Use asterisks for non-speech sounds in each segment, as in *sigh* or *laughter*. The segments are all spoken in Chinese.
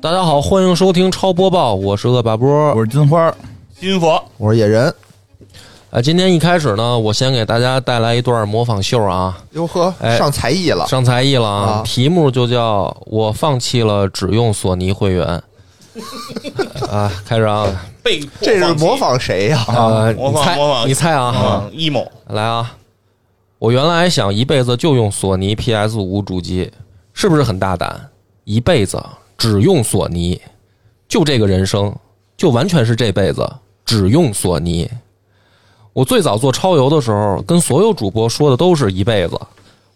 大家好，欢迎收听超播报，我是恶霸波。我是金花，金佛我是野人。啊，今天一开始呢，我先给大家带来一段模仿秀啊，哟呵哎，上才艺了，上才艺了啊啊，题目就叫“我放弃了只用索尼会 *laughs* 员”啊，开始啊，被迫这是放弃模仿谁呀？呃，模你仿模猜，仿你猜啊，啊，emo 来啊，我原来想一辈子就用索尼 PS 五主机，是不是很大胆？一辈子只用索尼，就这个人生，就完全是这辈子只用索尼。我最早做超游的时候，跟所有主播说的都是一辈子。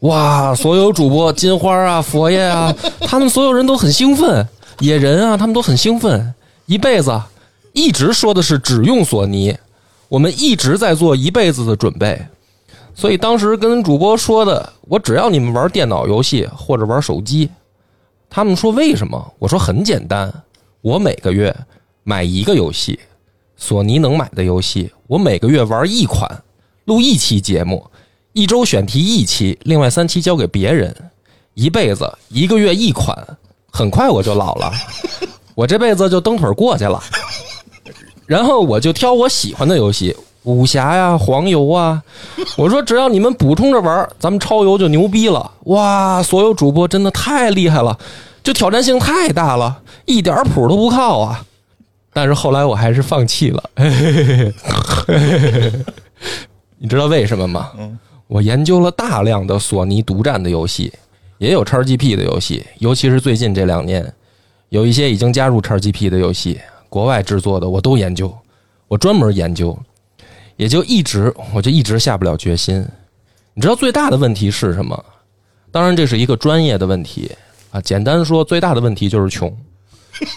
哇，所有主播金花啊、佛爷啊，他们所有人都很兴奋，野人啊，他们都很兴奋，一辈子一直说的是只用索尼，我们一直在做一辈子的准备。所以当时跟主播说的，我只要你们玩电脑游戏或者玩手机，他们说为什么？我说很简单，我每个月买一个游戏，索尼能买的游戏，我每个月玩一款，录一期节目，一周选题一期，另外三期交给别人，一辈子一个月一款，很快我就老了，我这辈子就蹬腿过去了。然后我就挑我喜欢的游戏，武侠呀、黄油啊。 *laughs* 我说只要你们补充着玩儿，咱们超游就牛逼了。哇，所有主播真的太厉害了，这挑战性太大了，一点儿谱都不靠啊。但是后来我还是放弃了， *laughs* 你知道为什么吗？我研究了大量的索尼独占的游戏，也有 XGP 的游戏，尤其是最近这两年，有一些已经加入 XGP 的游戏，国外制作的我都研究，我专门研究，也就一直我就一直下不了决心。你知道最大的问题是什么？当然这是一个专业的问题啊，简单说，最大的问题就是穷，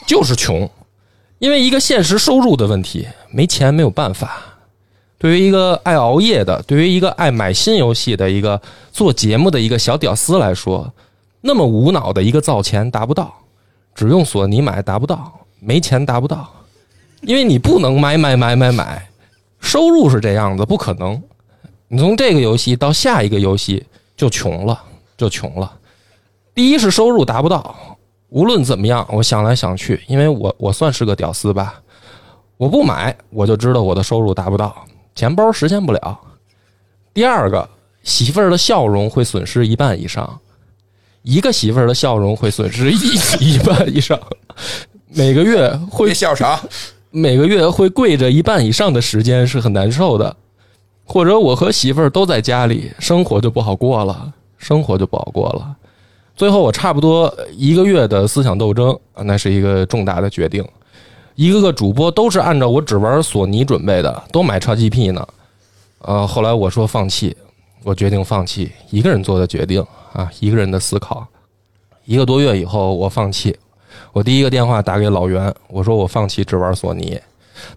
就是穷，因为一个现实收入的问题，没钱没有办法。对于一个爱熬夜的，对于一个爱买新游戏的一个做节目的一个小屌丝来说，那么无脑的一个造钱达不到，只用索尼买达不到，没钱达不到，因为你不能买买买买买，收入是这样子，不可能。你从这个游戏到下一个游戏就穷了，就穷了。第一是收入达不到，无论怎么样，我想来想去，因为我我算是个屌丝吧，我不买我就知道我的收入达不到，钱包实现不了。第二个，媳妇儿的笑容会损失一半以上，一个媳妇儿的笑容会损失一一半以上，每个月会别笑啥？每个月会跪着一半以上的时间是很难受的，或者我和媳妇儿都在家里，生活就不好过了，生活就不好过了。最后我差不多一个月的思想斗争，啊那是一个重大的决定。一个个主播都是按照我只玩索尼准备的，都买 XGP 呢。呃，后来我说放弃，我决定放弃，一个人做的决定啊，一个人的思考。一个多月以后，我放弃，我第一个电话打给老袁，我说我放弃只玩索尼，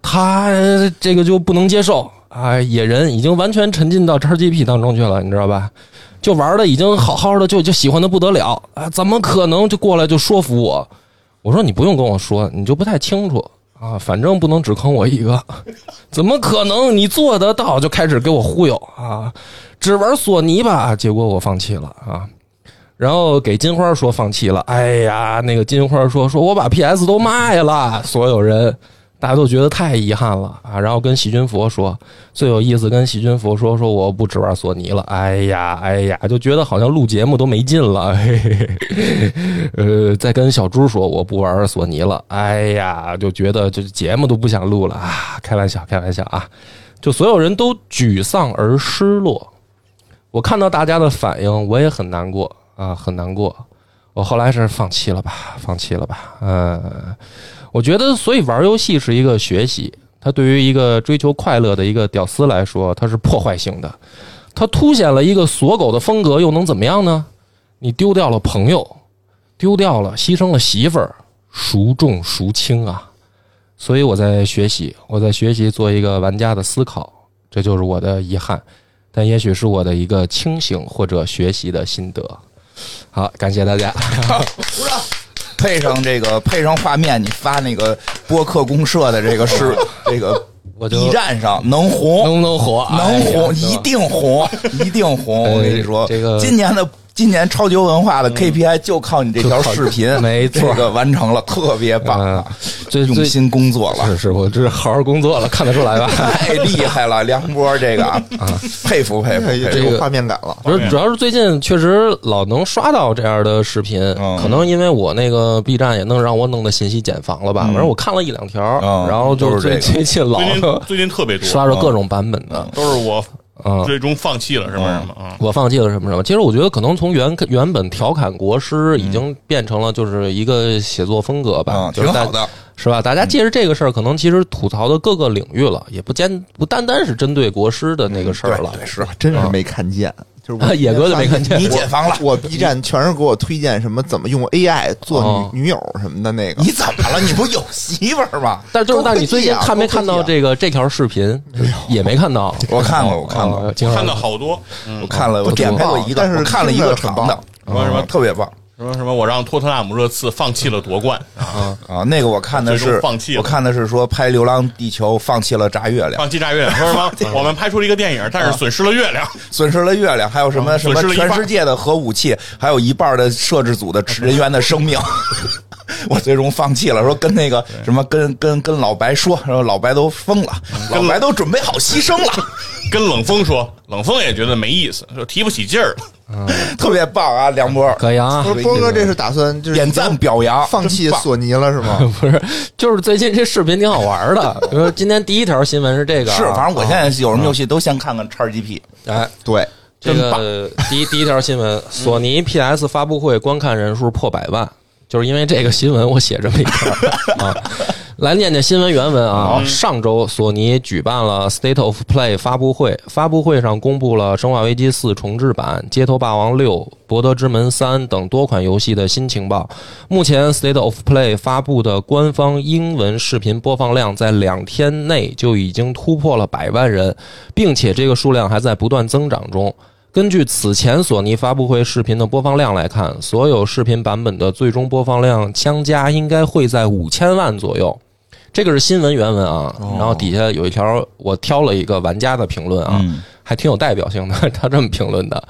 他呃这个就不能接受啊！野人已经完全沉浸到 XGP 当中去了，你知道吧？就玩的已经好好的，就就喜欢的不得了啊！怎么可能就过来就说服我？我说你不用跟我说，你就不太清楚啊，反正不能只坑我一个，怎么可能你做得到？就开始给我忽悠啊！只玩索尼吧，啊结果我放弃了啊。然后给金花说放弃了，哎呀，那个金花说说我把 PS 都卖了，所有人大家都觉得太遗憾了啊。然后跟细菌佛说最有意思，跟细菌佛说说我不只玩索尼了，哎呀哎呀，就觉得好像录节目都没劲了。 *laughs* 嘿嘿嘿呃，再跟小猪说我不玩索尼了，哎呀，就觉得这节目都不想录了啊！开玩笑，开玩笑啊！就所有人都沮丧而失落。我看到大家的反应，我也很难过啊，很难过。我后来是放弃了吧，放弃了吧。嗯，我觉得，所以玩游戏是一个学习，它对于一个追求快乐的一个屌丝来说，它是破坏性的。它凸显了一个锁狗的风格，又能怎么样呢？你丢掉了朋友，丢掉了，牺牲了媳妇儿，孰重孰轻啊？所以我在学习，我在学习做一个玩家的思考，这就是我的遗憾，但也许是我的一个清醒或者学习的心得。好，感谢大家。配上这个，配上画面，你发那个播客公社的这个 *laughs* 是这个我就 B 站上能红，能不能火啊？能哎呀 *laughs* 红，一定红，一定红！我跟你说，哎这个嗯今年的今年超级文化的 KPI 就靠你这条视频，没错嗯这个完成了，特别棒啊！呃最用最心工作了，是是，我这是好好工作了，看得出 *laughs* 来吧？太厉害了，梁波 *laughs* 这个啊，佩服佩服，佩哎这服个哎有画面感了。主要主要是最近确实老能刷到这样的视频，嗯可能因为我那个 B 站也弄让我弄的信息茧房了吧，反正我看了一两条，嗯然后就都是最这个最近老最近最近特别多，刷着各种版本的，都是我嗯，最终放弃了什么什么啊？我放弃了什么什么。其实我觉得可能从原原本调侃国师已经变成了就是一个写作风格吧，嗯就是挺大好的，是吧？大家借着这个事儿，可能其实吐槽的各个领域了，也不单不单单是针对国师的那个事儿了，嗯对是啊我真是没 *laughs* 看见， *laughs* 就是啊我野哥就没看见你解放了我 B 站全是给我推荐什么怎么用 AI 哦做女女友什么的那个你，怎么了？你不有媳妇儿 *laughs* 吗？但就是，但是你最近都会这样看没看到这个这条视频？也没看到，我看过，我哎看过，啊，经常看到好多，嗯我看了，我都挺哦点开过一个，棒但是我看了一听个着很长棒哦的，什么什么特别棒什么什么，我让托特纳姆热刺放弃了夺冠，啊！那个我看的最是终放弃了我看的是说拍《流浪地球》放弃了炸月亮，放弃炸月亮，说什么我们拍出了一个电影，但是损失了月亮，损失了月亮，还有什么嗯什么损失了一全半世界的核武器，还有一半的摄制组的人员的生命。 *laughs* 我最终放弃了，说跟那个什么跟跟跟老白说，然后老白都疯了，老白都准备好牺牲了， *laughs* 跟冷风说，冷风也觉得没意思，说提不起劲儿了。特别棒啊，梁波，可以啊 *laughs* 不。是波哥这是打算就是点赞表扬，放弃真棒索尼了是吗？ *laughs* 不是，就是最近这视频挺好玩的。比如说今天第一条新闻是这个啊，是，反正我现在有什么游戏都先看看叉 GP，哎，对，这真个第一第一条新闻，索尼 PS 发布会观看人数破百万，就是因为这个新闻我写这么一条啊。来念念新闻原文啊！上周索尼举办了 State of Play 发布会，发布会上公布了《生化危机4》重置版、《街头霸王6》、《博德之门3》等多款游戏的新情报。目前 State of Play 发布的官方英文视频播放量在两天内就已经突破了百万人，并且这个数量还在不断增长中。根据此前索尼发布会视频的播放量来看，所有视频版本的最终播放量相加应该会在五千万左右。这个是新闻原文啊，然后底下有一条我挑了一个玩家的评论嗯啊，还挺有代表性的， *laughs* 他这么评论的。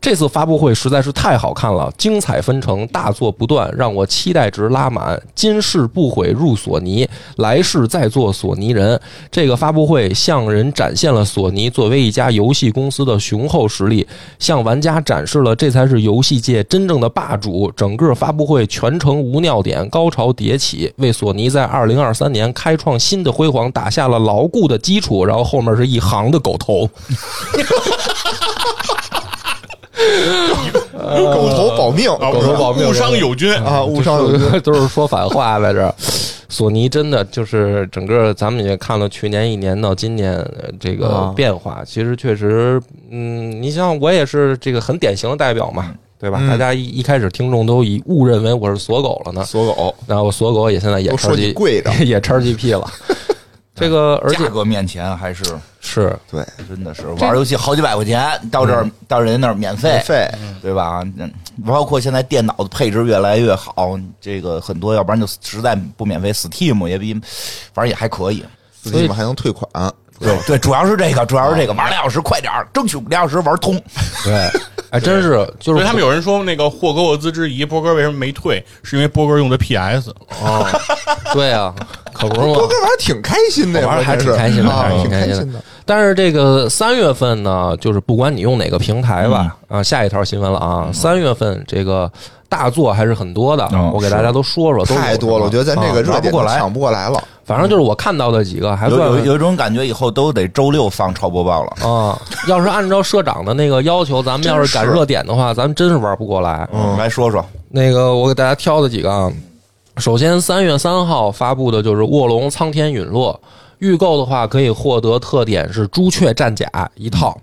这次发布会实在是太好看了，精彩纷呈，大作不断，让我期待值拉满。今世不悔入索尼，来世再做索尼人。这个发布会向人展现了索尼作为一家游戏公司的雄厚实力，向玩家展示了这才是游戏界真正的霸主。整个发布会全程无尿点，高潮迭起，为索尼在二零二三年开创新的辉煌打下了牢固的基础。然后后面是一行的狗头。狗头啊保命，狗呃啊头保命误伤友军，啊，误伤有就是 *laughs* 都是说反话在这儿。索尼真的就是整个，咱们也看了去年一年到今年呃这个啊变化，其实确实，嗯，你像我也是这个很典型的代表嘛，对吧？嗯大家一一开始听众都以误认为我是锁狗了呢， *laughs* 锁狗，然后锁狗也现在也都超说级你跪着 *laughs* 也超 GP *laughs* 了，这个而且价格面前还是是对，真的是玩游戏好几百块钱，到这儿到人家那儿免费，费对吧？嗯，包括现在电脑的配置越来越好，这个很多，要不然就实在不免费，Steam 也比，反正也还可以。自己还能退款，对对，主要是这个，主要是这个，玩俩小时快点儿，争取俩小时玩通。对，哎，真是就所是以他们有人说那个霍格沃兹之遗，波哥为什么没退？是因为波哥用的 PS，哦，对啊，可不是吗？波哥玩儿挺开心的呀，玩儿还关挺键是开心的，啊还是挺挺开开心心的的。。但是这个三月份呢，就是不管你用哪个平台吧，啊，下一条新闻了啊，三月份这个大作还是很多的，嗯我给大家都说说，都有太多了，我觉得咱这啊个热玩不点过都来，抢不过来了。反正就是我看到的几个还有算有有一种感觉，以后都得周六放超播报了。啊，要是按照社长的那个要求，咱们要是赶热点的话，咱们真是玩不过来。嗯，来说说，那个我给大家挑的几个啊，首先三月三号发布的就是《卧龙苍天陨落》，预购的话可以获得特点是朱雀战甲一套。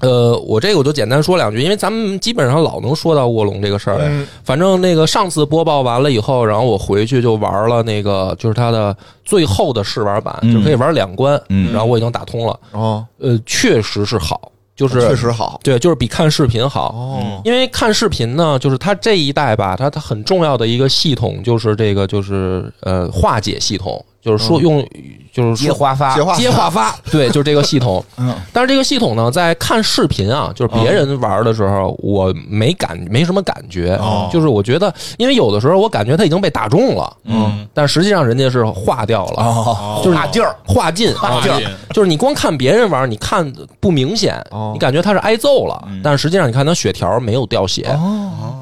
呃，我这个我就简单说两句，因为咱们基本上老能说到卧龙这个事儿。反正那个上次播报完了以后，然后我回去就玩了那个，就是它的最后的试玩版，嗯就可以玩两关。嗯然后我已经打通了，哦，呃，确实是好，就是确实好对，就是比看视频好。哦，因为看视频呢，就是它这一代吧，它它很重要的一个系统就是这个就是呃化解系统，就是说用就是接说花发接话接话发，对，就是这个系统。嗯，但是这个系统呢，在看视频啊，就是别人玩的时候，我没感没什么感觉，哦就是我觉得，因为有的时候我感觉他已经被打中了，嗯，但实际上人家是化掉了，哦，就是画劲儿，化进画劲啊就是你光看别人玩，你看不明显，哦你感觉他是挨揍了，嗯但实际上你看他血条没有掉血、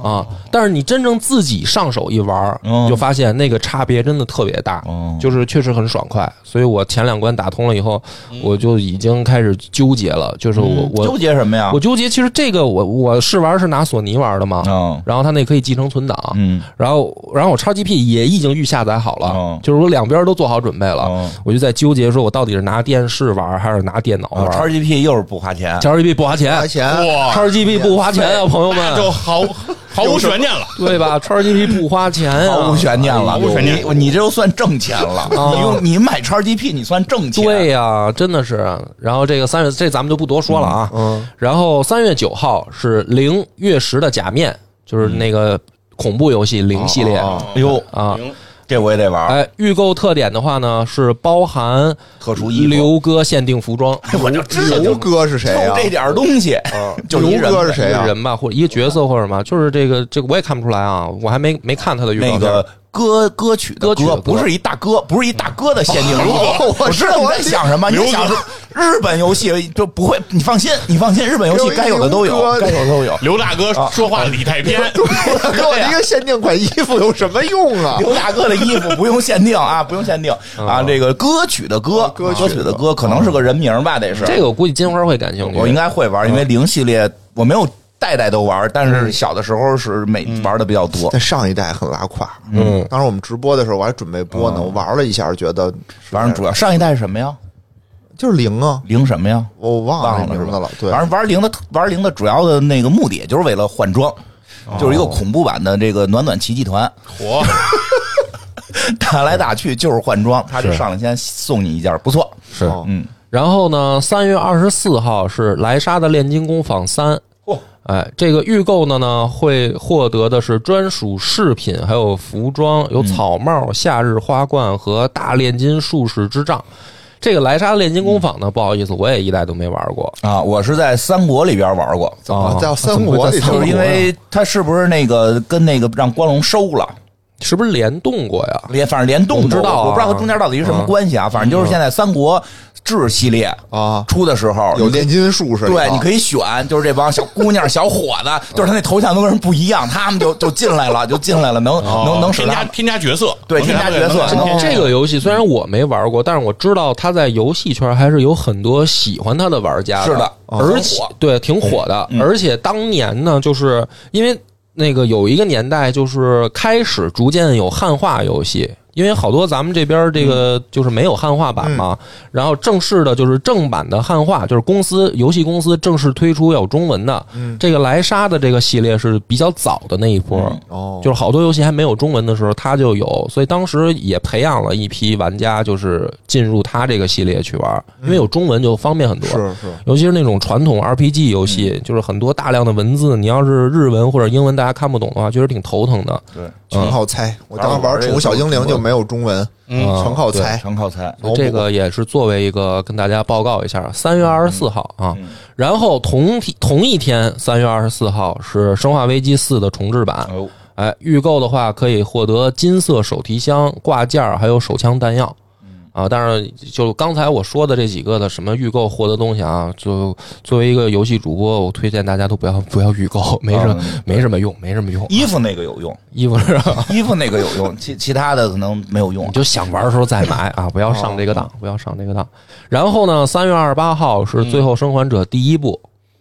啊，但是你真正自己上手一玩，哦你就发现那个差别真的特别大，哦就是确实很爽快。所以我前两关打通了以后，我就已经开始纠结了，就是我、我嗯纠结什啊么呀我？纠结，其实这个我我试玩是拿索尼玩的嘛，嗯然后它那可以集成存档，嗯然后然后我超 GP 也已经预下载好了，哦就是我两边都做好准备了，哦我就在纠结说我到底是拿电视玩还是拿电脑玩。啊，超 GP 又是不花钱，超 GP 不花花钱，哦钱哇，超 GP 不花钱啊，朋友那就们，毫毫无悬念了。对吧？超 GP 不花钱啊，毫无悬念了，毫无悬念你你这又算挣钱了，你用你买超 GP 你算挣钱，对呀、真的是。然后这个三月，这咱们就不多说了啊。嗯，然后三月九号是零月十的假面，就是那个恐怖游戏零系列。哦哟啊行这我也得玩，哎，预购特点的话呢，是包含特殊衣服，刘哥限定服装， *laughs* 我就知道牛哥是谁啊就呀？这点东西，就一牛人哥是呗一谁个呀？人吧，或者一个角色或者什么，就是这个这个我也看不出来啊，我还没没看他的预告那片。个啊歌歌曲的歌曲的歌不是一大哥，不是一大哥的限定。我我知道你在想什么，你刘哥想是日本游戏就不会，你放心，你放心，日本游戏该有的都有刘，哥该有 *laughs* 的都有。刘大哥说话理太啊偏，给我一个限定款衣服有什么用啊？刘大哥的衣服不用限定啊，不用限定啊。这个歌曲的歌，歌曲的曲的歌，可能是个人名吧，得是。这个我估计金花会感兴趣。我应该会玩，因为零系列我没有代代都玩，但是小的时候是每玩的比较多在。上一代很拉胯，嗯，当时我们直播的时候我还准备播呢，我玩了一下，觉得反正主要上一代是什么呀？就是零啊，零什么呀？我忘忘了了名是字吧了，对，反正玩零的玩零的主要的那个目的，也就是为了换装，就是一个恐怖版的这个暖暖奇迹团， *laughs* 火打来打去就是换装，他就上来先送你一件，不错，是哦嗯，然后呢，三月二十四号是莱莎的炼金工坊三。嚯哎，这个预购呢呢会获得的是专属饰品，还有服装，嗯有草帽、夏日花冠和大炼金术士之杖。这个莱莎的炼金工坊呢，不好意思，我也一代都没玩过。啊，我是在三国里边玩过，怎么哦啊在三国里怎头么会就是在三国因为他是不是那个跟那个让关龙收了，是不是联动过呀？联反正联动我不的，知道啊我不知道它中间到底是什么关系啊，反正就是现在三国志系列啊？出的时候有炼金术士，对，你以可以选，就是这帮小姑娘、小伙 *laughs* 子，就是他那头像都跟人不一样，他们就 *laughs* 就进来了，就进来了，能能能使哦添他加们添加角色，对能给他们添加角色能哦这个游戏虽然我没玩过，但是我知道它在游戏圈还是有很多喜欢它的玩家是的而很且火嗯对挺火的，而且当年呢，就是因为那个有一个年代，就是开始逐渐有汉化游戏。因为好多咱们这边这个嗯就是没有汉化版嘛，然后正式的就是正版的汉化，就是公司游戏公司正式推出要有中文的。嗯这个莱莎的这个系列是比较早的那一波，嗯哦，就是好多游戏还没有中文的时候，它就有，所以当时也培养了一批玩家，就是进入它这个系列去玩，因为有中文就方便很多。嗯是嗯是尤其是那嗯种传统 RPG 游戏，就是很多大量的文字，你要是日文或者英文大家看不懂的话，确实挺头疼的。对，全靠猜。我当时玩《宠物小精灵》就没有中文，嗯全靠猜。全靠猜。所以这个也是作为一个跟大家报告一下，三月二十四号嗯啊，然后同天同一天，三月二十四号是《生化危机四》的重置版。哦哎，预购的话可以获得金色手提箱、挂件儿，还有手枪弹药。嗯啊，当然，就刚才我说的这几个的什么预购获得东西啊，就作为一个游戏主播，我推荐大家都不要不要预购，没什么、嗯没什么用，没什么用。衣服那个有 *laughs* 用，衣服 *laughs* 是吧？衣服那个有用，其其他的可能没有用嗯你。就想玩的时候再买啊，不要上这个哦当，不要上这个当。然后呢，三月二十八号嗯是《最后生还者》第一部。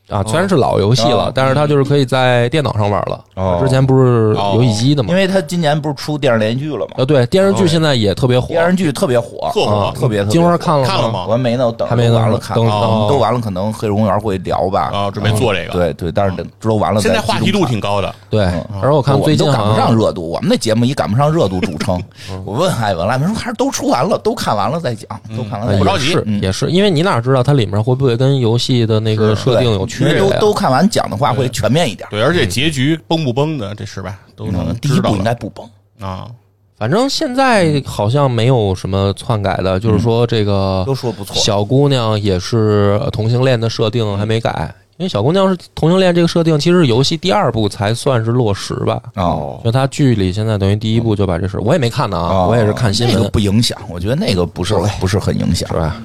啊，虽然是老游戏了，哦但是它就是可以在电脑上玩了。哦之前不是游戏机的嘛因？为他今年不是出电视连续剧了吗？啊，对，电视剧现在也特别火。电视剧特别火，啊特火特别特别火。啊金花看了看了吗？吗？我没呢，我等还没呢完了看，等哦等都完了，可能黑龙园会聊吧。啊，准备做这个。，对对，但是等都完了再现集中看。在话题度挺高的，对，嗯而我看哦我最们都近赶好不上像嗯热度，我们那节目以赶不上热度著 *laughs* 称。我问艾文赖明说，还是都出完了，都看完了再讲，都看完了呃再不讲着也急是嗯也是，因为你哪知道它里面会不会跟游戏的那个设定有区因别为都呀？都看完讲的话会全面一点。对，而且结局崩不崩的这事吧，都能嗯第一知道部应了该不崩，啊。反正现在好像没有什么篡改的，就是说这个嗯都说不错，啊小姑娘也是呃同性恋的设定还没改，因为小姑娘是同性恋这个设定，其实是游戏第二部才算是落实吧。哦就它剧里现在等于第一部就把这事，我也没看呢啊，哦我也是看新那闻个，不影响，我觉得那个不是不是很影响啊是，吧？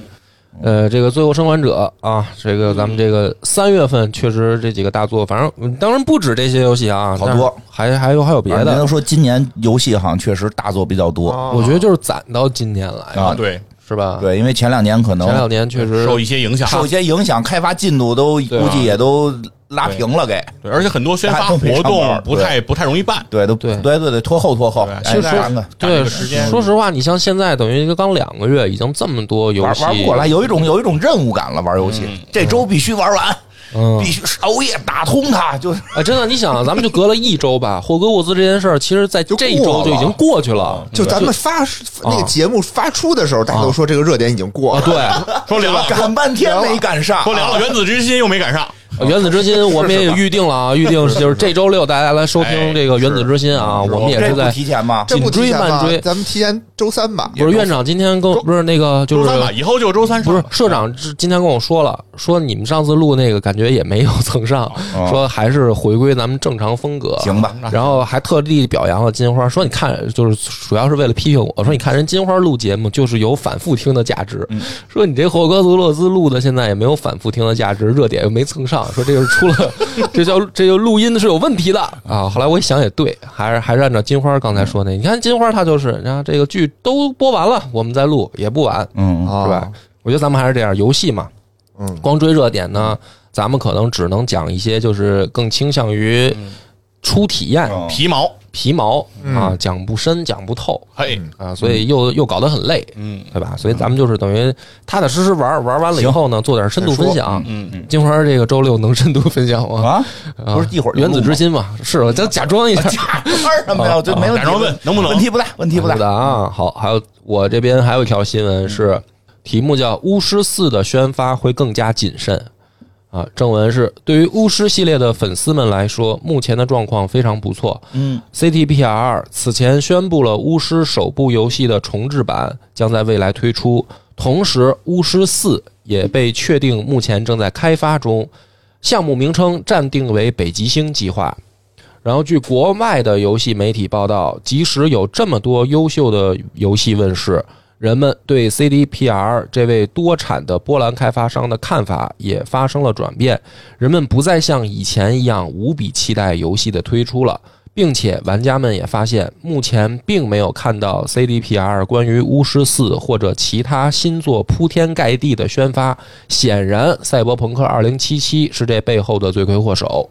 呃，这个《最后生还者》啊，这个咱们这个三月份确实这几个大作，反正嗯当然不止这些游戏啊，好但是多还还有还有别人的都，说今年游戏好像确实大作比较多啊我觉得就是攒到今年来啊，对，是吧？，对，因为前两年可前两能年确实受一些影响，嗯受一些影响，开发进度都啊估计也都拉平了，给对，而且很多宣发大家都没活上动班不对太不太容易办，对都对对对对拖后拖后对，哎其实大说家看看赶这对个时间，说实话，你像现在等于一个刚两个月，已经这么多游玩戏玩不过来，有一种有一种任务感了。玩游戏、这周必须玩完，嗯必，须熬夜打通它，就是哎，真的，你 *laughs* 想，咱们就隔了一周吧，霍格沃兹这件事儿，其实在就过这一周就已经过去啊了。就咱们发那个节目发出的时候，大家都说这个热点已经过啊，了，对，说 *laughs* 凉了，赶半天没赶上。说凉了，原子之心又没赶上，原子之心我们也是吧哎预定了啊，预定就是这周六大家来收听这个原子之心啊，我们也这是不在提前吗？这不提前紧追慢吗追？咱们提前周三吧。不是院长今天跟不是那个就周是三吧，以后就周三上不是社长是今天跟我说了，说你们上次录那个感觉也没有 *laughs* 蹭上，说还是回归咱们正常风格，行吧，然后还特地表扬了金花，说你看，就是主要是为了批评我，说你看人金花录节目就是有反复听的价值，说你这霍格泽洛兹录的现在也没有反复听的价值，热点又没蹭上，说这就是出了，这叫这就录音是有问题的啊。后来我一想也对，还是还是按照金花刚才说那，你看金花她就是，然后这个剧都播完了，我们再录也不晚，嗯，啊是吧？？我觉得咱们还是这样，游戏嘛，嗯光追热点呢，咱们可能只能讲一些就是更倾向于嗯初体验、嗯皮毛，皮毛啊，讲不深、讲不透嘿，嗯啊，所以又又搞得很累，嗯对吧？所以咱们就是等于踏踏实实玩，玩完了以后呢，做点深度分享。嗯嗯，金花这个周六能深度分享吗？啊，不是一会儿就原子之 *laughs* 录心啊嘛，是嗯我咱假装一下。吗，二什么呀？这没问假题，装问能不能问题不大，问题不大嗯好。的啊，好，还有我这边还有一条新闻是，题目叫《巫师四》的宣发会更加谨慎。啊，正文是对于巫师系列的粉丝们来说，目前的状况非常不错。嗯 CTPR 此前宣布了巫师首部游戏的重制版将在未来推出，同时巫师四也被确定目前正在开发中，项目名称暂定为北极星计划。然后，据国外的游戏媒体报道，即使有这么多优秀的游戏问世，人们对 CDPR 这位多产的波兰开发商的看法也发生了转变。人们不再像以前一样无比期待游戏的推出了，并且玩家们也发现，目前并没有看到 CDPR 关于《巫师四》或者其他新作铺天盖地的宣发。显然，《赛博朋克2077》是这背后的罪魁祸首。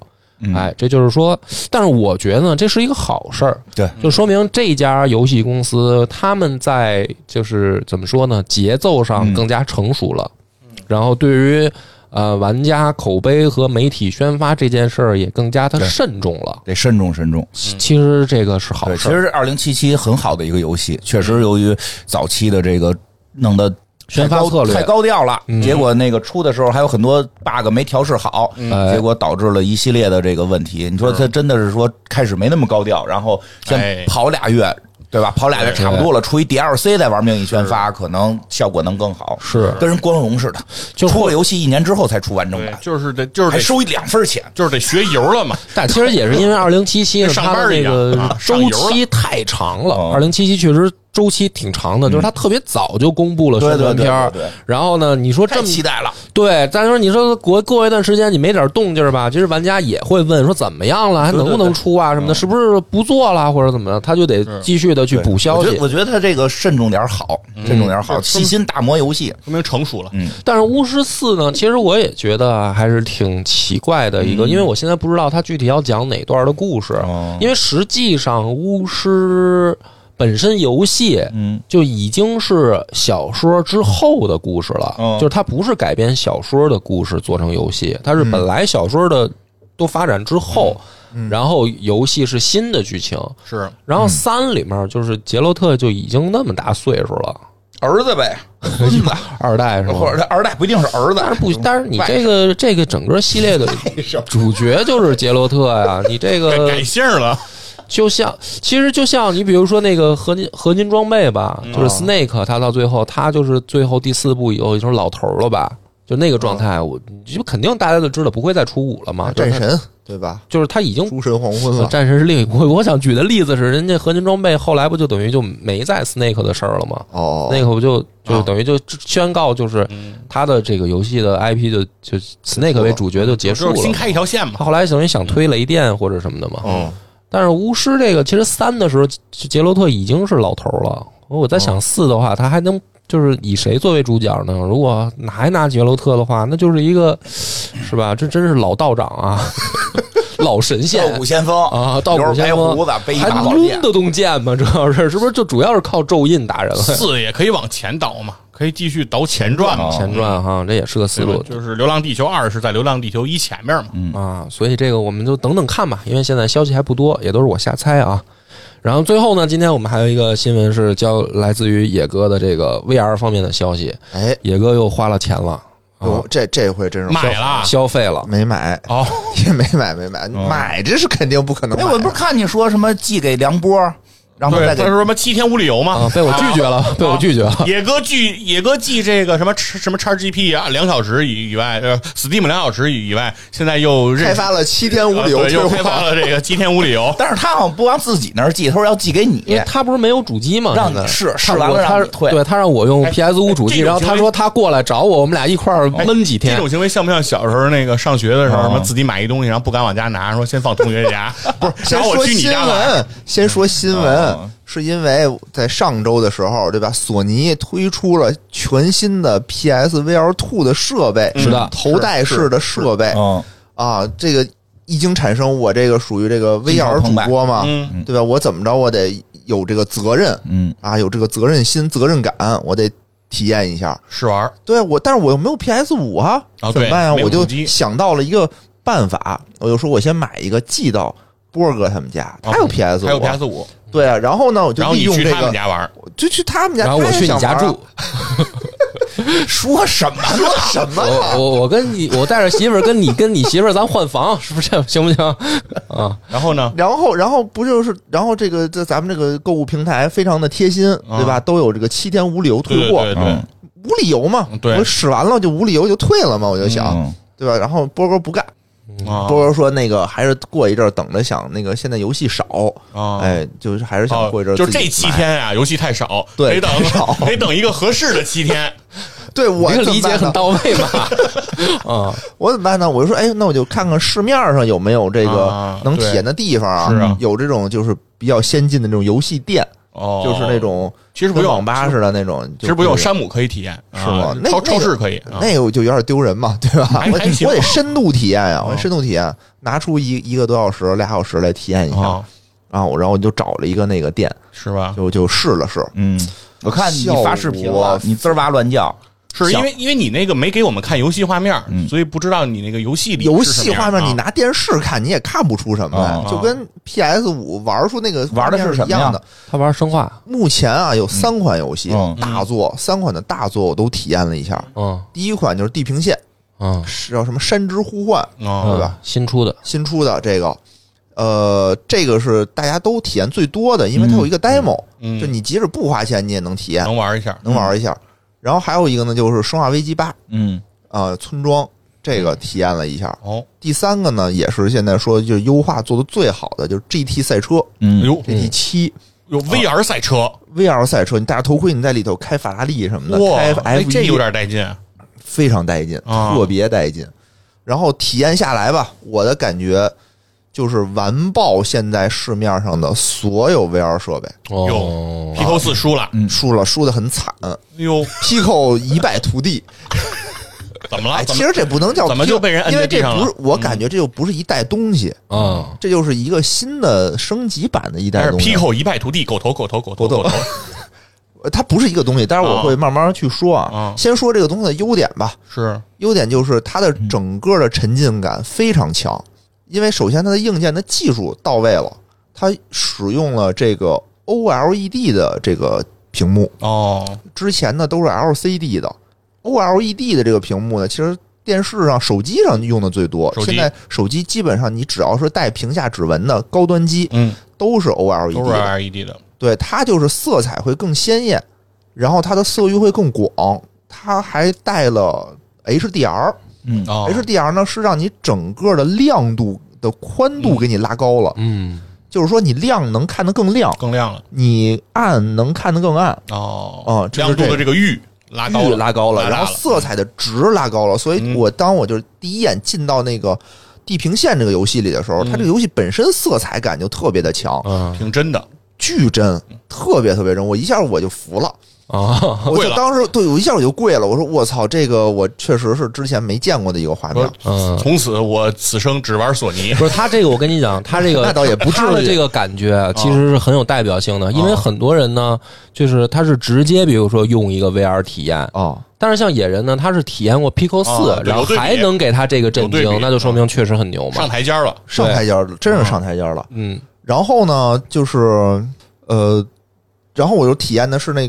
哎，这就是说，但是我觉得呢，这是一个好事儿，对，就说明这家游戏公司他们在就是怎么说呢，节奏上更加成熟了，嗯然后对于呃玩家口碑和媒体宣发这件事儿也更加的慎重了。得慎重慎重。嗯其实这个是好对，其事儿，实二零七七很好的一个游戏，确实由于早期的这个弄得太宣发高策略太高调了，嗯结果那个出的时候还有很多 bug 没调试好，哎嗯结果导致了一系列的这个问题。你说他真的是说开始没那么高调，然后哎先跑俩月。对哎吧？跑俩月差不多了，出一 DLC 再玩命一宣发，可能效果能更好。是跟人光荣似的，就出了游戏一年之后才出完整对版，，就是得就是还得收一两分钱。就是得学油了嘛，但其实也是因为二零七七跟上它班的儿这一样个啊上周油了期太长了，哦二零七七确实周期挺长的，就是它特别早就公布了对宣对传对片儿对对对，然后呢，你说这太么期待了，对，再说你说过过一段时间你没点动静儿吧，其实玩家也会问说怎么样了，还对对能不能出啊什么的，是不是不做了或者怎么样，他就得继续的去对补消我觉息得。我觉得他这个慎重点儿好，慎重点儿好，细心打磨游戏。说明成熟了，嗯但是巫师四呢，其实我也觉得啊还是挺奇怪的一个，因为我现在不知道他具体要讲哪段的故事，嗯哦因为实际上巫师本身游戏，嗯，就已经是小说之后的故事了，嗯就是它不是改编小说的故事做成游戏，它是本来小说的都发展之后，嗯然后游戏是新的剧情。是然后三里面就是杰洛特就已经那么大岁数了，儿子 *laughs* 呗，孙子，二代是吗？或者他哦二代不一定是儿子但，是不，但是你外甥这个这个整个系列的主角就是杰洛特呀，你这改个改姓了，就像其实就像你比如说那个合金合金装备吧，就是 Snake，他到最后他就是最后第四部以后已经是老头儿了吧，就那个状态，我就肯定大家就知道不会再出五了嘛，就是啊战啊他神对吧？就是他已经诸神黄昏了，战神是另一部。 *laughs* 我想举的例子是，人家合金装备后来不就等于就没在 Snake 的事儿了吗？哦，那个不就就啊等于就宣告就是他的这个游戏的 IP 就就 Snake 为主角就结束嗯就是新了。开一条线嘛他。后来等于想推雷电或者什么的嘛。嗯，但是巫师这个其实三的时候，杰罗特已经是老头了。我在想四的话，他还能就是以谁作为主角呢？如果拿还拿杰罗特的话，那就是一个是吧？这真是老道长啊， *laughs* 老神 *laughs* 仙道骨先锋啊道骨留着白先锋胡子，背一还大宝抡剑，得动剑吗？主要是是不是就主要是靠咒印打人了？四也可以往前倒嘛，可以继续倒前传嘛，前传哈，这也是个思对吧路就是《流浪地球二》是在《流浪地球一》前面嘛。啊。所以这个我们就等等看吧，因为现在消息还不多，也都是我瞎猜啊。然后最后呢，今天我们还有一个新闻是交来自于野哥的这个 VR 方面的消息，哎，野哥又花了钱了，啊哟，这这回真是买了消费了。没买，哦， *laughs* 也没买，没买，买这是肯定不可能买啊哎，的。我不是看你说什么寄给梁波，让他对，再他给。说什么七天无理由嘛啊，，被我拒绝了，被我拒绝了。野哥拒野哥记这个什么什么叉 GP 啊，两小时以以外，呃，Steam 两小时以外，现在又认识开发了七天无理由呃对退又开发货，了这个七天无理由但是他好像不往自己那儿寄，他说要寄给因你为，他不是没有主机嘛，哎让现在你试试他完了我他让你退对他让我用哎 PS 五主这机，种然后行他为说他过来找我，我们俩一块儿闷几这天。种行为像不像小时候那个上学的时候，什么嗯自己买一东西，然后不敢往家拿，说先放同学家，不是， *laughs* 先然后说我去你新家买。哦闻，先说新啊闻，是因为在上周的时候，对吧？索尼推出了全新的 PSVR Two 的设备，是的头戴式的设备嗯，啊，这个一经产生，我这个属于这个心潮 VR 澎主湃播嘛，嗯对吧？我怎么着，我得有这个责任，嗯啊，有这个责任心、责任感，我得体验一下。试玩儿对啊我，但是我又没有 PS 五啊，啊怎么办呀、对没有我就主机想到了一个办法，我就说我先买一个寄到波哥他们家，他有 PS 哦还有五、 PS 五，对啊，然后呢，我就然后利你用去这他们个，家玩儿，就去他们家，然后我他也去你想家玩啊住，， *laughs* 说什么说什么我呀？我我跟你，我带着媳妇儿跟你跟你媳妇儿，咱换房，是不是这样行不行啊？然后呢，然后，然后不就是，然后这个这咱们这个购物平台非常的贴心，对吧？都有这个七天无理由退嗯对对货，对对嗯，无理由嘛，对我使完了就无理由就退了嘛，我就想，嗯对吧？然后波哥不干，啊波哥说那个还是过一阵儿等着想那个现在游戏少，啊，哎，就是还是想哦过一阵儿自就己买、这七天啊，游戏太少，对得等太少得等一个合适的七 *laughs* 天。对你我这怎个么理解办很呢到位 *laughs* 吧？啊，我怎么办呢？我就说，哎，那我就看看市面上有没有这啊个能体对验的地方啊，是啊有这种就是比较先进的那种游戏店，哦就是那，种其实不跟用网吧似的那种，其实不用，就是山姆可以体验，是啊吗？那超那超个市可以，啊那个我就有点丢人嘛， *laughs* 对吧？还我还行得我得深度体验呀，我啊得深度体验，拿出一一个多小时、俩小时来体验一下啊，啊。我然后我就找了一个那个店，是吧？就就试了试，嗯，我看你发视频效果了，你滋儿哇乱叫，是因为因为你那个没给我们看游戏画面，嗯所以不知道你那个游戏里游是什戏么样画面啊你拿电视看，你也看不出什么来啊，就跟 PS 五玩出那个玩的是画面什一么呀样的。他玩生化，目前啊，有三款游戏嗯大作，三款的大作我都体验了一下。嗯第一款就是《地平线嗯》，，是叫什么《山之呼唤》哦对嗯吧？新出的，新出的这个，呃，这个是大家都体验最多的，因为它有一个 demo，嗯就你即使不花钱你也能体验，嗯能玩一下，能玩一下。然后还有一个呢，就是《生化危机八》嗯啊，村庄这个体验了一下。哦，第三个呢，也是现在说就是优化做的最好的，就是 GT 赛车哎嗯，呦 GT 七有 VR 赛车， VR 赛车，你戴着头盔，你在里头开法拉利什么的，哇开，哎 F 这有一点带劲，非常带劲，啊特别带劲。然后体验下来吧，我的感觉就是完爆现在市面上的所有 VR 设备，哦，皮扣四输了，嗯输了输的很惨哎呦， ，Pico 一败涂 *laughs* 地。怎么了？哎，啊怎其么实这不能叫 Pico，怎么就被人摁因为在地这上了嗯不是我感觉这就不是一代东西，嗯，这就是一个新的升级版的一还代是东西。啊 Pico 一败涂地，狗头狗头狗头狗头狗头， *laughs* 呃它不是一个东西，但是我会慢慢去说啊啊。先说这个东西的优点吧，是优点就是它的整个的沉浸感非常强，因为首先它的硬件的技术到位了，它使用了这个 OLED 的这个屏幕，哦，之前呢都是 LCD 的，OLED 的这个屏幕呢，其实电视上、手机上用的最多。手机现在手机基本上你只要是带屏下指纹的高端机，嗯，都是 OLED，都是的 LED 的，对，它就是色彩会更鲜艳，然后它的色域会更广，它还带了 HDR，HDR、嗯，哦 HDR 呢哎是让你整个的亮度的宽度给你拉高了，嗯，就是说你亮能看得更亮，更亮了，你暗能看得更暗，哦，哦这亮是度这的这个域拉高域了，拉高了，拉大然后色彩的值拉高了，所以嗯我当我就是第一眼进到那个。地平线这个游戏里的时候，它嗯这个游戏本身色彩感就特别的强，啊挺真的，巨真，特别特别真，我一下我就服了。啊，我贵就了当时对我一下我就跪了，我说我操，这个我确实是之前没见过的一个画面说。嗯，从此我此生只玩索尼，不是他这个，我跟你讲，他这个 *laughs* 那倒也不至于哦他的这个感觉其实是很有代表性的，因为很多人呢，就是他是直接，比如说用一个 VR 体验，哦，但是像野人呢，他是体验过 Pico 四、啊对然后有对比还能给他这个震有对惊比，那就说明确实很牛上嘛。台阶了，上台阶了，真是上台阶了。嗯然后呢，就是呃，然后我就体验的是那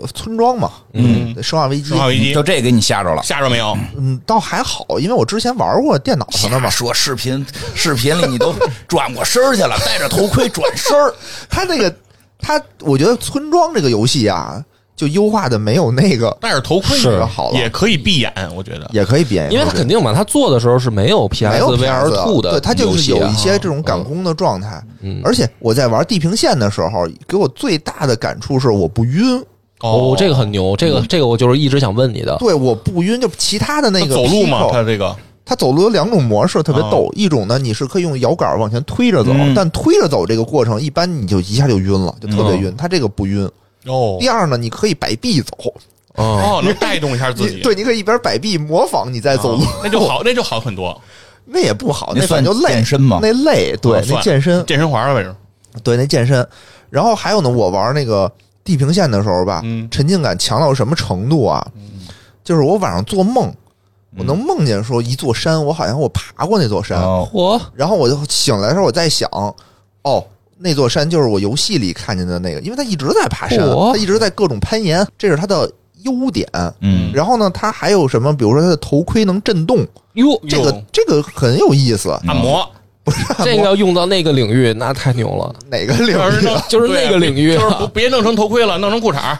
个村庄嘛，嗯， 《生化危机生》化。危机就这给你吓着了。吓着没有？嗯，倒还好，因为我之前玩过电脑上的 *laughs* 嘛瞎。说视频视频里你都转过身儿去了，戴着头盔转身儿，它那个，它我觉得村庄这个游戏啊，就优化的没有那个戴着头盔是好了也可以闭眼，我觉得也可以比，因为他肯定嘛，他做的时候是没有 PS 没有 VR PS Two 的游戏啊，对，它就是有一些这种赶感工的状态。嗯而且我在玩地平线的时候，给我最大的感触是我不晕，哦，这个很牛，这个这个我就是一直想问你的，对，我不晕。就其他的那那个走路嘛， Pico，他这个它走路有两种模式，特别哦逗。一种呢，你是可以用摇杆往前推着走，嗯但推着走这个过程，一般你就一下就晕了，就特别晕。它这个不晕。嗯哦第二呢，你可以摆臂走，哎哦，哦，能带动一下 *laughs* 自你己，啊对，你可以一边摆臂模仿你在走路，那就好，那就好很多。 *laughs* 那也不好，那那反算正就累健。身吗？那累，对啊，那算健身，健身环了，反正对，那健身。然后还有呢，我玩那个地平线的时候吧，嗯沉浸感强到什么程度啊？就是我晚上做梦，我能梦见说一座山，我好像我爬过那座山，哦，我然后我就醒来的时候我在想，哦。那座山就是我游戏里看见的那个，因为它一直在爬山，嚯它一直在各种攀岩，这是它的优点。嗯，然后呢，它还有什么？比如说它的头盔能震动，哟，这个哟这个很有意思。按摩，这个要用到那个领域，那太牛了。哪个领域要啊？是弄就是那个领域对啊就是不别弄成头盔了，弄成裤衩。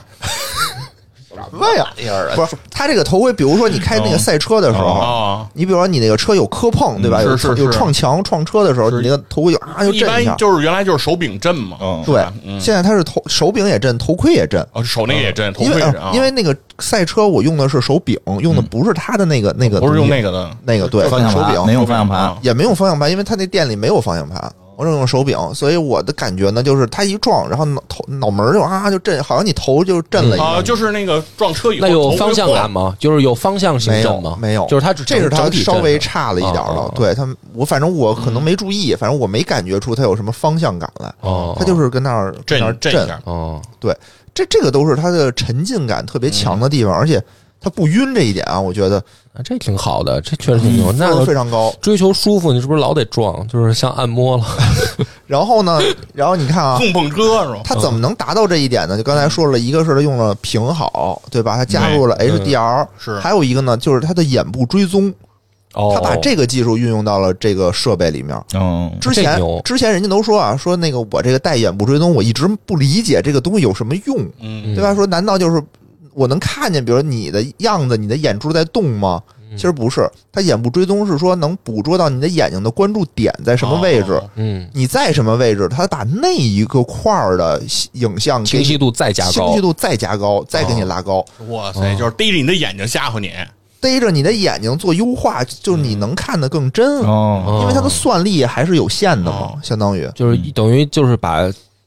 什么呀？哎呀，不是，它这个头盔，比如说你开那个赛车的时候，哦，你比如说你那个车有磕碰，对吧？嗯有是是有是撞墙、撞车的时候，是你那个头盔就啊就一震下般。就是原来就是手柄震嘛，嗯，对吧，嗯现在它是头手柄也震，头盔也震。哦，手那个也震，头因盔为也震啊，因为那个赛车我用的是手柄，用的不是它的那个那个哦东西，不是用那个的，那个对方向手盘没柄，有方向盘啊，也没用方向盘，因为它那店里没有方向盘，我只用手柄，所以我的感觉呢就是它一撞，然后脑头脑门儿就啊就震，好像你头就震了一啊，样。就是那个撞车以后那有头盔方向晃感吗？就是有方向性没有震吗？没有，就是它只这是它整体稍震微的差了一点儿哦哦了哦。嗯对它，我反正我可能没注意，反正我没感觉出它有什么方向感来。哦，他就是跟那儿跟那儿震震一下，哦，这这个都是他的沉浸感特别强的地嗯方，而且他不晕这一点啊，我觉得那这挺好的，这确实挺牛。那分嗯数非要 *laughs* 常高。追求舒服，你是不是老得撞？就是像按摩了，然后呢，然后你看嗯啊，碰碰车是吧？他怎么能达到这一点呢？就刚才说了，一个是他用了屏好，对吧？他加入了对 HDR，是还有一个呢，就是他的眼部追踪，哦，他把这个技术运用到了这个设备里面。嗯，之这前牛之前人家都说啊，说那个我这个带眼部追踪，我一直不理解这个东西有什么用。嗯，对吧？说难道就是我能看见，比如你的样子，你的眼珠在动吗？嗯其实不是，它眼部追踪是说能捕捉到你的眼睛的关注点在什么位置，哦嗯，你在什么位置，它把那一个块儿的影像给清你晰度再加清高哦晰，度再加高，再给你拉高，哇塞，嗯就是逮着你的眼睛吓唬你，逮着你的眼睛做优化，就是你能看得更真，哦，嗯哦因为它的算力还是有限的嘛，哦相当于就是一等于就是把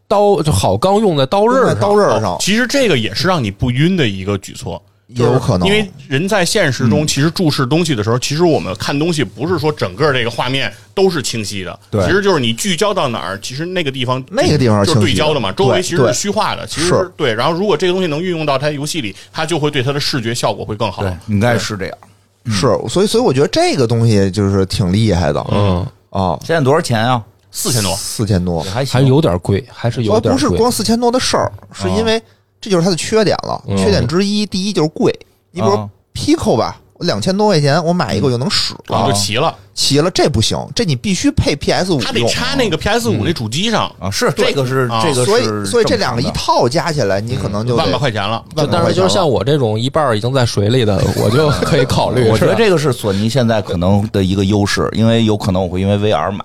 刀就好钢用在刀刃用在上，刀刃上哦其实这个也是让你不晕的一个举措。也有可能，嗯因为人在现实中其实注视东西的时候，其实我们看东西不是说整个这个画面都是清晰的，对其实就是你聚焦到哪儿，其实那个地方那个地方是就是清晰对的焦的嘛，周对围其实是对虚化的，其实是对。然后如果这个东西能运用到它游戏里，它就会对它的视觉效果会更好。哦应该是这样。嗯是，所以所以我觉得这个东西就是挺厉害的，嗯，啊，现在多少钱啊？四千多，四千多，还还行，有点贵，还是有说点不是贵。啊光四千多的事儿，是因为这就是它的缺点了。嗯啊缺点之一，第一就是贵。你比如嗯说 Pico 吧，我两千多块钱我嗯买一个我就能使啊然后了就，齐了。齐了这不行，这你必须配 PS 五它得用。嗯插那个 PS 五那主机上，啊，是这个是啊这个是所以，所以这正两常个一的套加起来，你可能就得嗯万把块钱了。就万把但块是钱就了像我这种一半儿已经在水里的，我就可以考虑。我觉得是吧这个是啊索尼现在可能的一个优势，因为有可能我会因为 VR 买，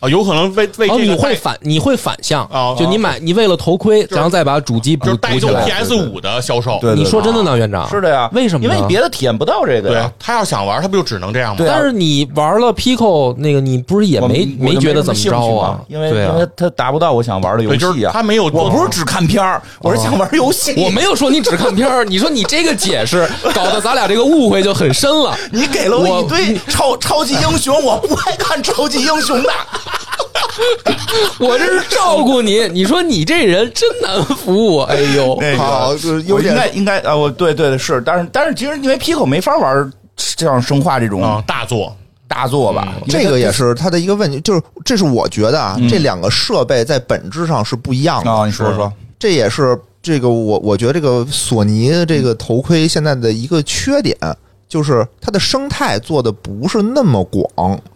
啊，有可能为为哦，这你个会带反你会反向哦，就你买你为了头盔，然后再把主机就补是带补起动来。 PS 五的销售。对你对说真的呢，院长？是的呀，为什么啊因呢？啊为你别的体验不到这个呀对。，他要想玩，他不就只能这样吗？对啊但是你玩了 Pico 那个，你不是也我没我就觉得什怎么兴着趣啊嘛？因为对因啊为它达不到我想玩的游对，就戏啊啊哦是他呀。没有做。我不是只看片儿，我是想玩游戏。 *laughs* 我没有说你只看片儿，你说你这个解释搞得咱俩这个误会就很深了。你给了我我一堆超超级英雄，我不爱看超级英雄 *laughs* 的。我这是照顾你，你说你这人真难服我，哎呦，那个好就是优我点应该应该啊，我对对对是，但是但是其实因为 Pico 没法玩像生化这啊种，大作大作吧，因为这它个也是它的一个问题，就是这是我觉得啊，嗯这两个设备在本质上是不一样的。啊，你说说，这也是这个我我觉得这个索尼这个头盔现在的一个缺点，就是它的生态做的不是那么广。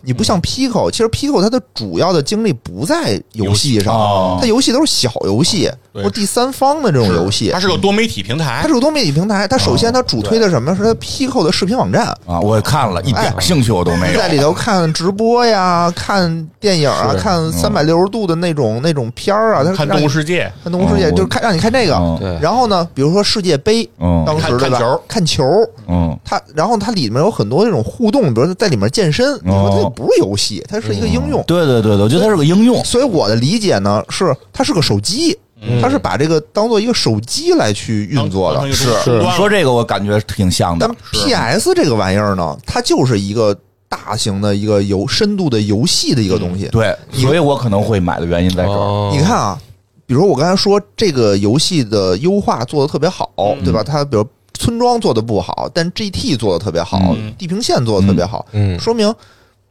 你不像 Pico，其实 Pico 它的主要的精力不在游戏上，哦它游戏都是小游戏对或者第三方的这种游戏它。是个多媒体平台它是。个多媒体平台，它首先它主推的什么是它 Pico 的视频网站，啊，我看了一点兴趣我都没有在。里头看直播呀、看电影啊、看三百六十度的那种那种片儿啊，它看《让动你物世界看动物世界，嗯就是看让你看这个嗯。对然后呢，比如说世界杯，嗯当时看对吧看球看球，嗯，它然后它里面有很多这种互动，比如说在里面健哦身，你说它也不是游戏，它是一个应用。对对对对，我觉得它是个应用，所以我的理解呢是，它是个手机，嗯它是把这个当做一个手机来去运作的。是你说这个我感觉挺像的但，PS 这个玩意儿呢，它就是一个大型的一个游深度的游戏的一个东西。对，所以我可能会买的原因在这儿。哦嗯你看啊，比如说我刚才说这个游戏的优化做的特别好，嗯对吧？它比如村庄做的不好，但 GT 做的特别好，嗯地平线做的特别好，嗯说明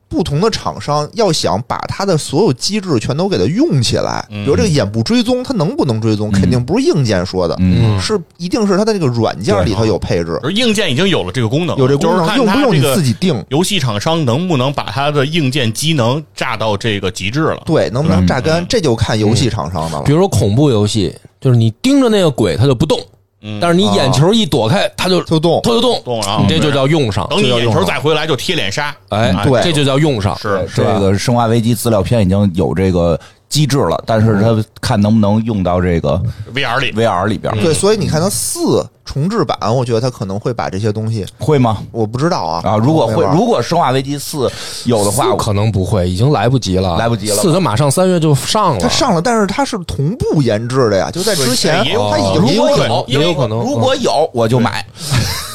不同的厂商要想把它的所有机制全都给它用起来。嗯比如这个眼部追踪，它能不能追踪，肯定不是硬件说的，嗯是一定是它的这个软件里头有配置，而硬件已经有了这个功能，有这功就是能，看用不它用这你个自己定。游戏厂商能不能把它的硬件机能炸到这个极致了？对，能不能榨嗯干，这就看游戏厂商的了比。如说恐怖游戏，就是你盯着那个鬼，它就不动，嗯但是你眼球一躲开，它就它就动，就动，动了啊你这就叫用上。等你就要眼用球了再回来就贴脸杀，哎，啊对这就叫用上。是这个《生化危机》资料片已经有这个机制了，但是它看能不能用到这个 VR 里 VR 里嗯边，对，所以你看它四重置版，我觉得它可能会把这些东西，会吗？我不知道啊。啊，如果我没会，玩如果《生化危机四》有的话，四我可能不会，已经来不及了，哦来不及了四它马上三月就上了，它上了，但是它是同步研制的呀，就在之前，也有哦它已可能啊经如果有因也为有可能。嗯如果有我就买，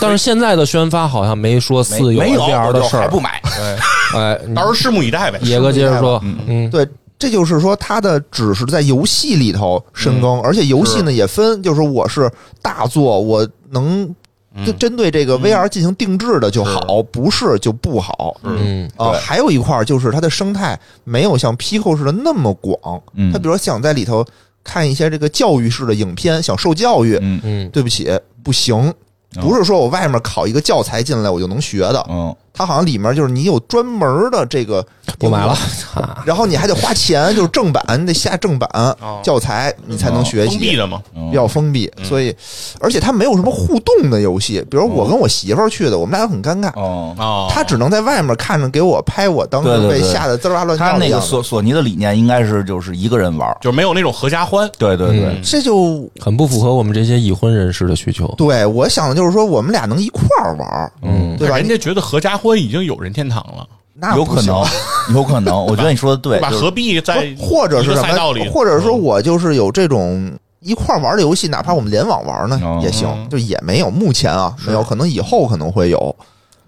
但是现在的宣发好像没说没四没有 VR 我的就事还儿不。买。哎，到时候拭目以待呗。野哥接着说，嗯，对，这就是说它的只是在游戏里头深嗯耕，而且游戏呢也分，就是我是大作，我能嗯就针对嗯这个 VR 进行定制的就好，不是就不好。嗯啊，对还有一块儿就是它的生态没有像 Pico 似的那么广， *laughs* 嗯它比如说想在里头看一些这个教育式的影片，想受教育，嗯嗯，对不起，不行，不是说我外面考一个教材进来我就能学的，嗯，它好像里面就是你有专门的这个不买了，然后你还得花钱，就是正版，你得下正版哦教材，你才能学封闭习。的嘛，嗯比较封闭，所以而且它没有什么互动的游戏，比如我跟我媳妇儿去的，我们俩都很尴尬，哦。哦，她只能在外面看着给我拍我当对时对被对吓得滋啦乱他叫的那个样子，索索尼的理念应该是就是一个人玩儿，就是没有那种合家欢。对对对，这就很不符合我们这些已婚人士的需求。对我想的就是说我们俩能一块儿玩儿，嗯对吧？人家觉得合家欢已经有任天堂了，嗯那有不可行能，有可能。我觉得你说的对，对吧？就是何必在或者一是个什赛道里嗯么，，或者说我就是有这种一块儿玩的游戏，哪怕我们联网玩呢嗯也行，就也没有，目前啊没有，可能以后可能会有，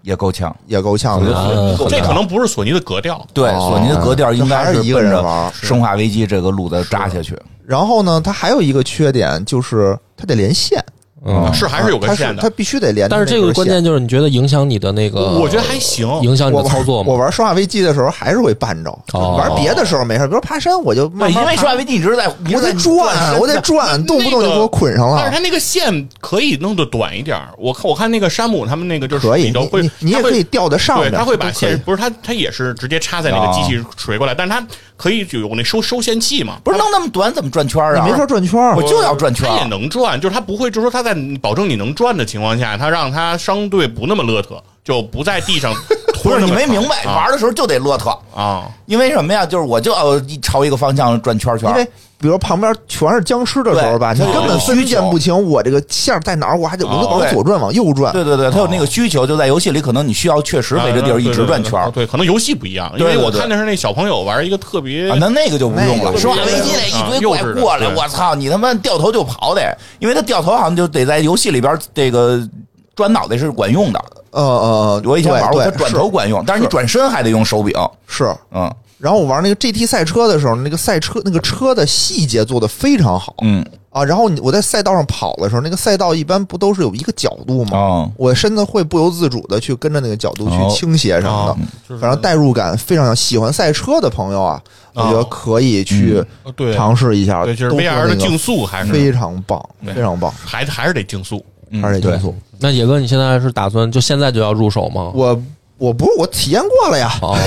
也够呛。也够呛我觉得索的。尼嗯够这呛可能不是索尼的格调，对哦索尼的格调应该还是一个人奔着玩《生化危机》这个路子扎下去。然后呢，它还有一个缺点就是它得连线，啊嗯，是还是有它个是线的它。必须得连着但那根是线。这个关键就是你觉得影响你的那呃个，我觉得还行，影响你哦我的玩操作我吗？玩《生化危机》的时候还是会绊着，哦玩别的时候没事，比如爬山我就对，慢因慢为爬说，危机一直在，一直我在啊得转，我得在转，动不动就给我捆上但是它了。那个线可以弄得短一点儿。我看我看那个山姆他们那个就是可以，里头你会你你也它会可以吊在上对，面，他会把都可以啊线不是他他也是直接插在那个机器垂过来，但是他可以有那收收线器嘛，不是弄那么短怎么转圈啊？你没法转圈儿我。就要转圈他啊也能转，就是他不会，就是说他在保证你能转的情况下，他让他相对不那么乐特，就不在地上不拖是着那你么长。没明白，啊玩的时候就得乐特，啊？因为什么呀？就是我就要一朝一个方向转圈圈因为儿。比如旁边全是僵尸的时候吧，你对根本它有分辨需求不清我这个线儿在哪儿，我还得我哦就往对左转，往右转。啊对对对，他有那个需求，就在游戏里，可能你需要确实围着地儿一直转圈儿啊对，可能游戏不一样，因对为我对对看的是那小朋友玩一个特别啊，那那个就不用那了。个生化就危是机那啊一堆幼怪稚的过来，对我操！你他妈掉头就跑得，因为他掉头好像就得在游戏里边这个转脑袋是管用的。呃呃，我以前玩过，他对对转头管用，但是你转身还得用手柄。是。是嗯然后我玩那个 GT 赛车的时候，那个赛车那个车的细节做的非常好嗯啊。然后你我在赛道上跑的时候，那个赛道一般不都是有一个角度吗？哦我身子会不由自主的去跟着那个角度哦去倾斜什么的，哦就是反正代入感非常强。喜欢赛车的朋友啊，我哦觉得可以去哦对尝试一下，对，就是啊都说 VR 的那个竞速还是非常棒，对非常棒，还还是得竞速。嗯而且对竞速，那野哥，你现在是打算就现在就要入手吗？我我不是我体验过了呀，哦，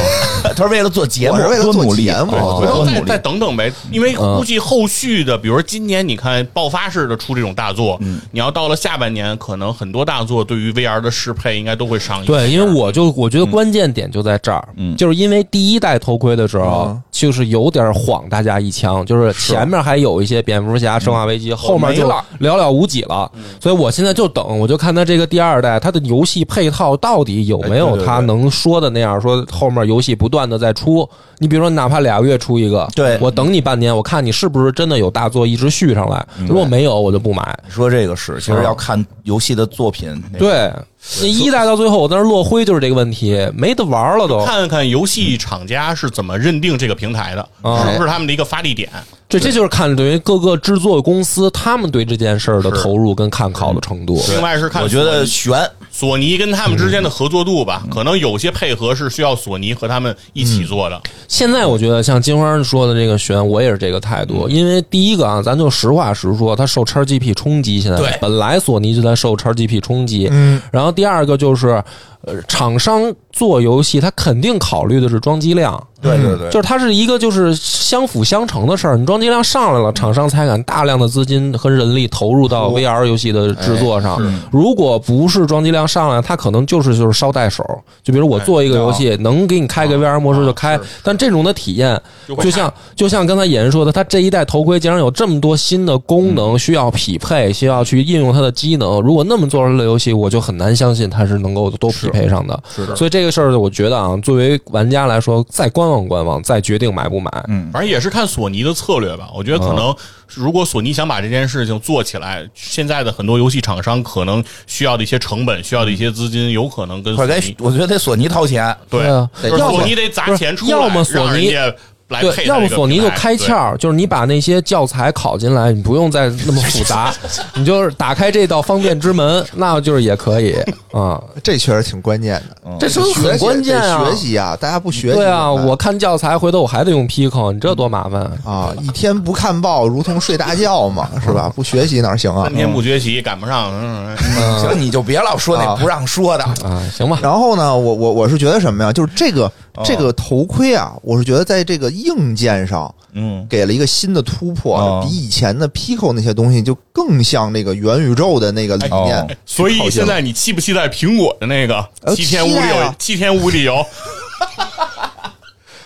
他是为了做节目，我是为了做多努力节目对哦不多努能再力再。等等呗，因为估计后续的，比如说今年你看爆发式的出这种大作，你要到了下半年，可能很多大作对于 VR 的适配应该都会上映。对，因为我就我觉得关键点就在这儿，嗯就是因为第一代头盔的时候，就是有点晃大家一枪，就是前面还有一些蝙蝠侠、生化危机，后面就嗯没了嗯寥寥无几了，所以我现在就等，我就看他这个第二代，他的游戏配套到底有没哎有对对他对能说的那样，说后面游戏不断的在出，你比如说哪怕俩月出一个，对我等你半年，我看你是不是真的有大作一直续上来，嗯如果没有，我就不买。说这个是，其实嗯要看游戏的作品。那个，对，那一代到最后我在那儿落灰就是这个问题，没得玩了都。看看游戏厂家是怎么认定这个平台的，啊是不是他们的一个发力点？这这就是看对于各个制作公司他们对这件事儿的投入跟看好的程度。另外是看我觉得悬，嗯索尼跟他们之间的合作度吧，可能有些配合是需要索尼和他们一起做的。现在我觉得像金花说的这个悬，我也是这个态度，因为第一个啊，咱就实话实说，它受 XGP 冲击，现在对本来索尼就在受 XGP 冲击，嗯，然后第二个就是，呃，厂商做游戏，他肯定考虑的是装机量，对对对，就是它是一个就是相辅相成的事儿。你装机量上来了，厂商才敢大量的资金和人力投入到 VR 游戏的制作上。如果不是装机量上来，它可能就是就是捎带手。就比如我做一个游戏，能给你开个 VR 模式就开，但这种的体验，就像就像刚才野人说的，它这一代头盔竟然有这么多新的功嗯能需要匹配，需要去应用它的机能。如果那么做出来的游戏，我就很难相信它是能够都匹配上的。是的所以这个事儿，我觉得啊，作为玩家来说，再观望观望，再决定买不买。反正也是看索尼的策略吧。我觉得嗯可能，如果索尼想把这件事情做起来，现在的很多游戏厂商可能需要的一些成本、需要的一些资金，有可能跟索快给尼，我觉得得索尼掏钱。对啊，就是要索么尼得不砸是钱出来，要么索让人尼家来对，配要它么这个索尼平就台开对窍儿，就是你把那些教材拷进来，你不用再那么复 *laughs* 杂，你就是打开这道方便之门，那就是也可以啊。这确实挺关键哦的，这是学习很关键啊得学习啊，大家不学习对啊，怎么办我看教材，回头我还得用 Pico，你这多麻烦。啊一天不看报，如同睡大 *laughs* 觉嘛，是吧？不学习哪行啊三？嗯天不学习赶不上，嗯，行，你就别老说那啊不让说的。啊，行吧，然后呢，我我我是觉得什么呀？就是这个哦这个头盔啊，我是觉得在这个硬件上嗯，给了一个新的突破，哦比以前的 Pico 那些东西就更像那个元宇宙的那个理念。哦哎所以现在你期不期待苹果的那个呃七天无理期待由啊？七天无理由，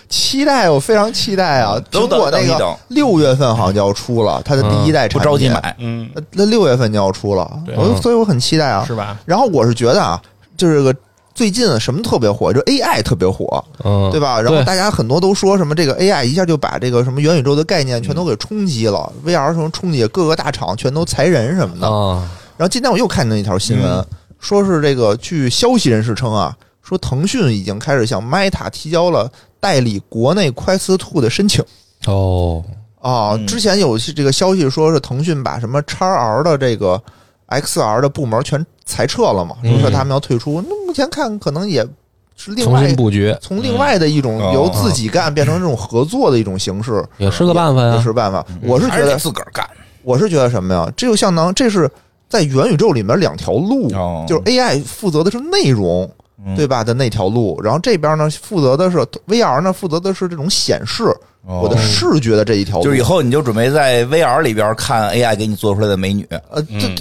期待，我非常期待啊！都苹等果那等一个等六月份好像就要出了，它的第一代不产品，着急买。嗯，那那六月份就要出了，对我就所以我很期待啊。是吧？然后我是觉得啊，就是这个最近什么特别火，就 AI 特别火，嗯，对吧？然后大家很多都说什么这个 AI 一下就把这个什么元宇宙的概念全都给冲击了、v r 什么冲击，各个大厂全都裁人什么的。啊，然后今天我又看到一条新闻，嗯说是这个据消息人士称啊，说腾讯已经开始向 Meta 提交了代理国内快思兔的申请。哦，嗯啊，之前有这个消息说是腾讯把什么 x R 的这个 XR 的部门全裁撤了嘛，嗯说他们要退出。那目前看，可能也是另重外新布哦局从另外的一种嗯由自己干变成这种合作的一种形式，也是个办法也呀嗯是。办法。我是还觉是得得，自个儿干。我是觉得什么呀？这就相当，这是在元宇宙里面两条路哦，就是 AI 负责的是内容嗯。对吧的那条路，然后这边呢负责的是 VR 呢负责的是这种显示，我的视觉的这一条路，哦就是以后你就准备在 VR 里边看 AI 给你做出来的美女呃，这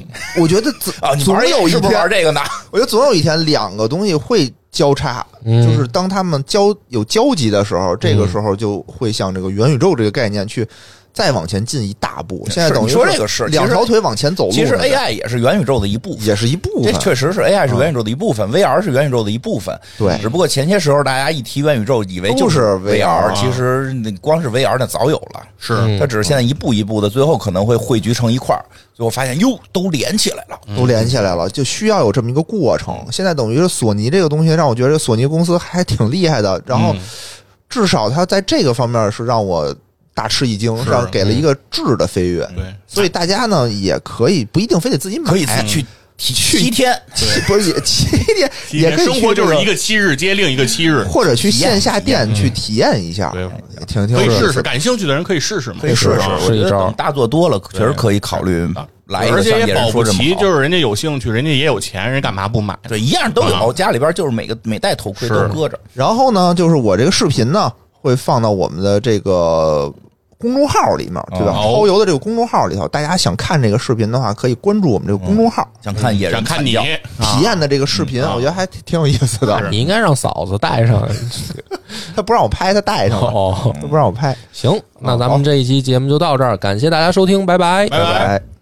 *laughs* 我觉得总嗯啊！你总玩有一是不是玩天，这个呢？我觉得总有一天两个东西会交叉，嗯就是当他们交有交集的时候，这个时候就会向这个元宇宙这个概念去再往前进一大步。现在等于你说这个是两其实条腿往前走路呢，其实哎 AI 也是元宇宙的一部分。也是一部这分，确实是 AI 是元宇宙的一部分、v r 是元宇宙的一部分。对只不过前些时候大家一提元宇宙，以为都就是 VR， VR 其实那光是 VR 那早有了。是、嗯它只是现在一步一步的，最后可能会汇聚成一块儿，最后发现哟，都连起来了。都连起来了，就需要有这么一个过程。现在等于是索尼这个东西，让我觉得索尼公司还挺厉害的，然嗯后至少它在这个方面是让我大吃一惊，是嗯让给了一个质的飞跃。对，所以大家呢也可以不一定非得自己买，可以去提七天，七 *laughs* 不是也七天，体也验可以生活去这就是一个七日接另一个七日，或者去线下店去体验一下，嗯对也挺挺可有以意试思试。的。感兴趣的人可以试试嘛，可以试试。啊我觉是一得招等大做多了，确实可以考虑来一而个且像野也保人不说这么齐，好就是人家有兴趣，人家也有钱，人家干嘛不买？对，一样都有，啊家里边就是每个每戴头盔都是搁着。然后呢，就是我这个视频呢会放到我们的这个。公众号里面，对吧？哦超游的这个公众号里头，大家想看这个视频的话，可以关注我们这个公众号，想看野人想看你惨叫体验的这个视频，嗯啊我觉得还挺挺有意思的。你应该让嫂子带上。嗯他不让我拍，他带上了， *laughs* 哦，嗯他不让我拍，行，那咱们这一期节目就到这儿，感谢大家收听，拜拜拜拜拜。